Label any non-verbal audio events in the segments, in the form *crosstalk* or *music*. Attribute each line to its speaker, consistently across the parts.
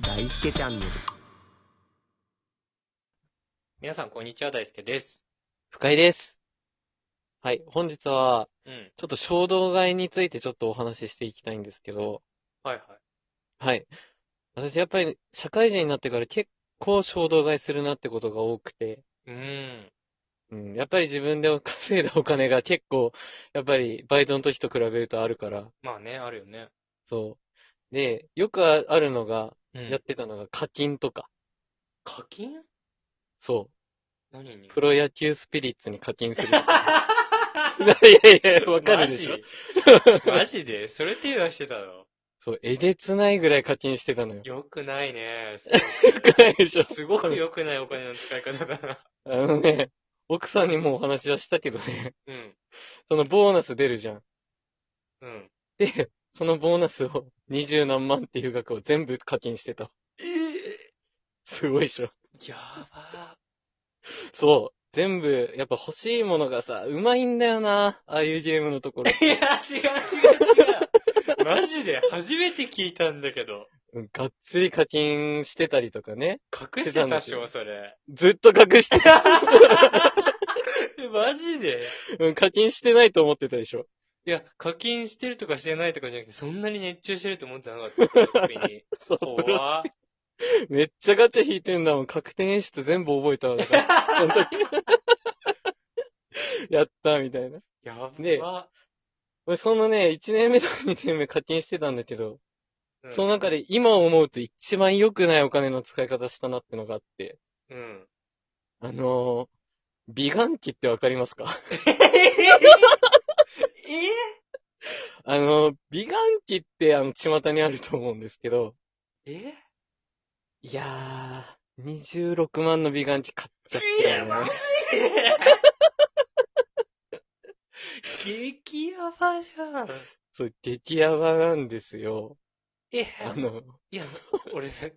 Speaker 1: 大輔チャンネル。
Speaker 2: 皆さん、こんにちは、大輔です。
Speaker 3: 深井です。はい。本日は、
Speaker 2: うん。
Speaker 3: ちょっと衝動買いについてちょっとお話ししていきたいんですけど、
Speaker 2: はいはい。
Speaker 3: はい。私やっぱり社会人になってから結構衝動買いするなってことが多くて、
Speaker 2: うーん。
Speaker 3: うん。やっぱり自分で稼いだお金が結構、やっぱりバイトの時と比べるとあるから、
Speaker 2: まあね、あるよね。
Speaker 3: そう。で、よくああるのが、
Speaker 2: う
Speaker 3: やってたのが課金とか、
Speaker 2: 課金
Speaker 3: そ
Speaker 2: 何に
Speaker 3: う。プロ野球スピリッツに課金
Speaker 2: *laughs*
Speaker 3: する。い *laughs* やいやいや、わかるでしょ。
Speaker 2: マジマジでそれ手出してたの
Speaker 3: そう、えげつないぐらい課金してたのよ。
Speaker 2: よくないね。
Speaker 3: よくないでしょ。
Speaker 2: すごく良くないお金の使い方だな。
Speaker 3: あのね、奥さんにもお話はしたけどね、 *laughs*
Speaker 2: うん。
Speaker 3: そのボーナス出るじゃん。 *laughs*
Speaker 2: うん。
Speaker 3: で、そのボーナスを二十何万っていう額を全部課金してた。
Speaker 2: え
Speaker 3: すごいでしょ。
Speaker 2: やば
Speaker 3: そう。全部、やっぱ欲しいものがさ、うまいんだよな。ああいうゲームのとこ
Speaker 2: *laughs*
Speaker 3: ろ。
Speaker 2: いや、違う違う違う。マジで初めて聞いたんだけど。
Speaker 3: うんがっつり課金してたりとかね。
Speaker 2: 隠してたっしょ、それ。
Speaker 3: ずっと隠
Speaker 2: *laughs*
Speaker 3: してた。
Speaker 2: マジで
Speaker 3: うん、課金してないと思ってたでしょ。
Speaker 2: いや、課金してるとかしてないとかじゃなくて、そんなに熱中してると思ってなかった。普通に
Speaker 3: そう、プロ
Speaker 2: 怖っ
Speaker 3: スめっちゃガチャ引いてんだもん。確定演出全部覚えたわ。だ
Speaker 2: *laughs*
Speaker 3: からその時 *laughs* やった、みたいな。
Speaker 2: やばっ。
Speaker 3: ね俺、そのね、1年目と2年目課金してたんだけど、
Speaker 2: うん
Speaker 3: その中で今思うと一番良くないお金の使い方したなってのがあって、
Speaker 2: うん。
Speaker 3: あのー、美顔器ってわかりますか
Speaker 2: え
Speaker 3: あのー、美顔器ってあの、巷にあると思うんですけど、
Speaker 2: ええ
Speaker 3: いやー、26万の美顔器買っちゃったよ
Speaker 2: いやマ
Speaker 3: ね。
Speaker 2: *laughs* 激ヤバじゃん。
Speaker 3: そう、激ヤバなんですよ。
Speaker 2: いや、
Speaker 3: あの、
Speaker 2: いや、俺、確か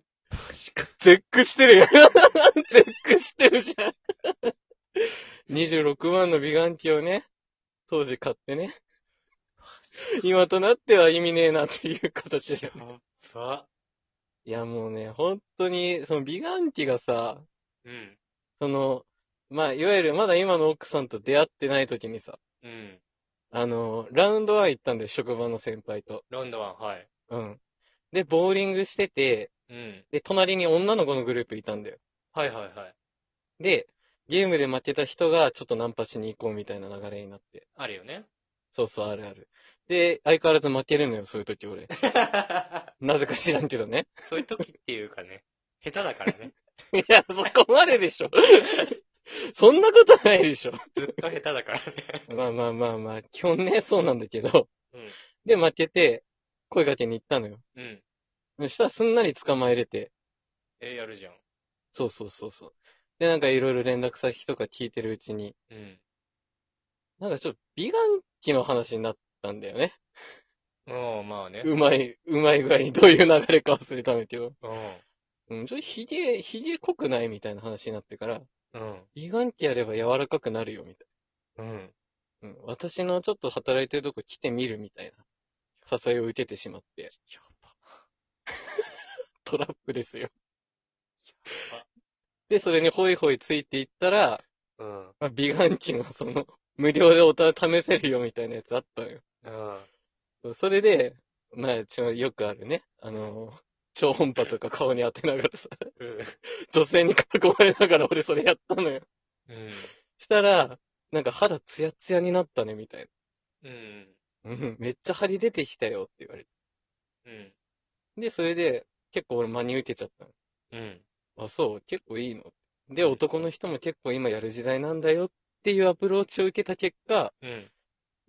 Speaker 3: 絶句してるよ。 *laughs* 絶句してるじゃん。26万の美顔器をね、当時買ってね。今となっては意味ねえなっていう形
Speaker 2: に。
Speaker 3: で。
Speaker 2: *laughs* やば。
Speaker 3: いやもうね、本当に、その美顔器がさ、
Speaker 2: うん。
Speaker 3: その、まあ、いわゆるまだ今の奥さんと出会ってない時にさ、
Speaker 2: うん。
Speaker 3: あの、ラウンドワン行ったんだよ、職場の先輩と。
Speaker 2: ロンドンは、はい。
Speaker 3: うん。で、ボーリングしてて、
Speaker 2: うん。
Speaker 3: で、隣に女の子のグループいたんだよ。
Speaker 2: はいはいはい。
Speaker 3: で、ゲームで負けた人がちょっとナンパしに行こうみたいな流れになって。
Speaker 2: あるよ *laughs* ね。
Speaker 3: そうそう、あるある。で、相変わらず負けるのよ、そういう時俺。 *laughs* なぜか知らんけどね。 *laughs*
Speaker 2: そういう時っていうかね、下手だからね。
Speaker 3: いや、そこまででしょ。 *laughs* そんなことないでしょ。
Speaker 2: ずっと下手だからね。
Speaker 3: まあまあまあまあ、基本ね、そうなんだけど。
Speaker 2: うん
Speaker 3: で、負けて、声かけに行ったのよ。
Speaker 2: *laughs* うん。
Speaker 3: そしたらすんなり捕まえれて。
Speaker 2: え、やるじゃん。
Speaker 3: そうそうそうそう。で、なんかいろいろ連絡先とか聞いてるうちに、
Speaker 2: うん。
Speaker 3: なんかちょっと美顔器の話になったんだよね。
Speaker 2: おうまあね。
Speaker 3: うまい、うまい具合にどういう流れか忘れたんだけど。
Speaker 2: うん。
Speaker 3: うん、ちょ、ひげ、ひげ濃くないみたいな話になってから、
Speaker 2: うん。
Speaker 3: 美顔器やれば柔らかくなるよ、みたい
Speaker 2: うん。
Speaker 3: な。うん、私のちょっと働いてるとこ来てみるみたいな。誘いを受けてしまって、
Speaker 2: やば。
Speaker 3: *laughs* トラップですよ
Speaker 2: ば。
Speaker 3: で、それにホイホイついていったら、
Speaker 2: うん。
Speaker 3: まあ、美顔器のその、 *laughs* 無料でおた試せるよみたいなやつあったのよ。
Speaker 2: うん。
Speaker 3: それで、まあ、ちょよくあるね。あの、超音波とか顔に当てながらさ、 *laughs* 女性に囲まれながら俺それやったのよ。
Speaker 2: うん。
Speaker 3: したら、なんか肌ツヤツヤになったね、みたい
Speaker 2: うん。
Speaker 3: な。うん、めっちゃ張り出てきたよって言われて。
Speaker 2: うん。
Speaker 3: で、それで、結構俺真に受けちゃった
Speaker 2: うん。
Speaker 3: の。あ、そう、結構いいの。で、
Speaker 2: うん
Speaker 3: 男の人も結構今やる時代なんだよっていうアプローチを受けた結果、
Speaker 2: うん。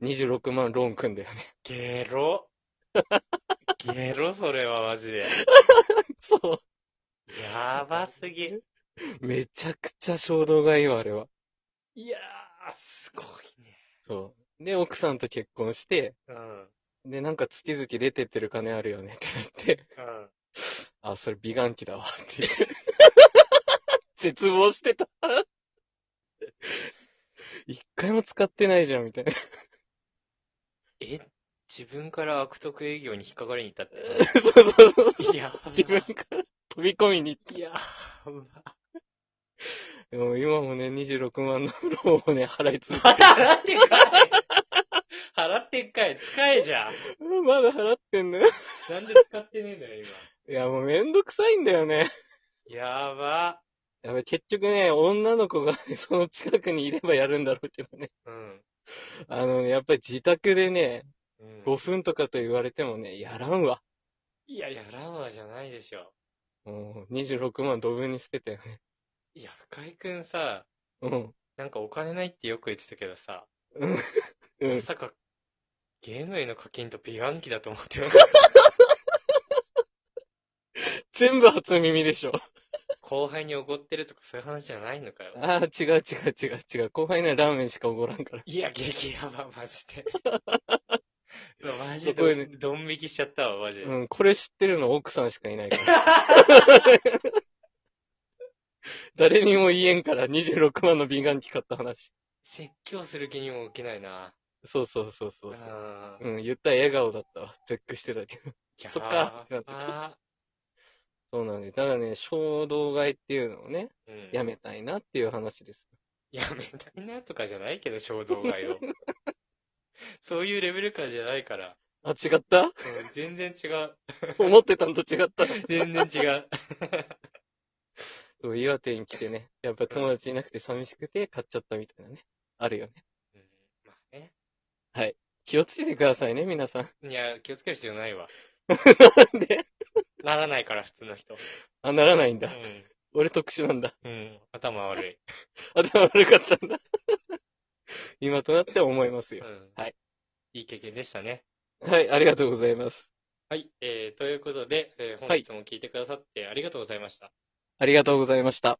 Speaker 3: 26万ローン組んだよね。 *laughs*
Speaker 2: ゲロ。ゲロ、それはマジで。
Speaker 3: そ。
Speaker 2: やばすぎ。いう
Speaker 3: めちゃくちゃ衝動がいいわ、あれは。
Speaker 2: やー、すごいね。
Speaker 3: そう。で、奥さんと結婚して、
Speaker 2: うん。
Speaker 3: で、なんか月々出てってる金あるよねってなって、
Speaker 2: うん。
Speaker 3: あ、それ美顔器だわって言 *laughs* って。絶望してた。一回も使ってないじゃん、み *laughs* たいな。
Speaker 2: え、 *laughs* 自分から悪徳営業に引っかかりに行ったって。
Speaker 3: そうそうそう。
Speaker 2: やば。
Speaker 3: 自分から飛び込みに行っ
Speaker 2: いやー、うわ。
Speaker 3: て、もう今もね、26万のローンをね、払い続け
Speaker 2: まだ払ってんかい払ってんかい使えじゃん。
Speaker 3: て、 *laughs* まだ払ってんだよ。
Speaker 2: なんで使ってねえんだよ、
Speaker 3: いや、もうめんどくさいんだよね。
Speaker 2: 今。やば。
Speaker 3: やべ、結局ね、女の子が *laughs* ね、その近くにいればやるんだろうけどね。
Speaker 2: うん。
Speaker 3: あのね、やっぱり自宅でね、
Speaker 2: うん
Speaker 3: 5分とかと言われてもね、やらんわ。
Speaker 2: いや、やらんわじゃないでしょ。
Speaker 3: もう、26万ドブに捨てたよね。
Speaker 2: いや、深井くんさ、
Speaker 3: うん。
Speaker 2: なんかお金ないってよく言ってたけどさ、
Speaker 3: うん。 *laughs* う
Speaker 2: ま
Speaker 3: ん。
Speaker 2: さか、ゲームへの課金と美顔器だと思ってな *laughs* かった
Speaker 3: 全部初耳でしょ。
Speaker 2: 後輩におごってるとかそういう話じゃないのかよ。
Speaker 3: ああ、違う違う違う違う。後輩にはラーメンしかおごらんから。
Speaker 2: いや、激ヤバ、マジ
Speaker 3: *laughs*
Speaker 2: で。うわマジ
Speaker 3: そこへ
Speaker 2: で
Speaker 3: ね、
Speaker 2: ドン引きしちゃったわ、マジで。
Speaker 3: うん、これ知ってるの奥さんしかいないから。 *laughs* 誰にも言えんから26万の美顔器買った話。
Speaker 2: 説教する気にも起きないな。
Speaker 3: そうそうそうそううそう。
Speaker 2: ん
Speaker 3: うん、言ったら笑顔だったわ。絶句してたけど。
Speaker 2: やば
Speaker 3: そっかってなってそうなんです。ただね、衝動買いっていうのをね、
Speaker 2: うん
Speaker 3: やめたいなっていう話です。
Speaker 2: やめたいなとかじゃないけど、衝動
Speaker 3: *laughs*
Speaker 2: 買いを。そういうレベル感じゃないから。
Speaker 3: あ、違った *laughs*
Speaker 2: うん全然違う。
Speaker 3: 思ってたんと違った。
Speaker 2: 全然違う。
Speaker 3: そう岩手に来てね、やっぱ友達いなくて寂しくて買っちゃったみたいなね。あるよね。
Speaker 2: うんまあね。
Speaker 3: 気をつけてくださいね、皆さん。 *laughs*
Speaker 2: いや、気をつける必要ないわ。
Speaker 3: なんで
Speaker 2: ならないから、普通の人。
Speaker 3: あ、ならないん
Speaker 2: う
Speaker 3: だ。
Speaker 2: ん。
Speaker 3: 俺特殊なんだ。
Speaker 2: うん。頭悪い。
Speaker 3: 頭悪かったんだ。 *laughs* 今となっては思いますよ。
Speaker 2: うん。
Speaker 3: はい。
Speaker 2: いい経験でしたね。
Speaker 3: はい、ありがとうございます。
Speaker 2: はい。えー、ということで、えー本
Speaker 3: はい
Speaker 2: 日も聞いてくださってありがとうございました。
Speaker 3: ありがとうございました。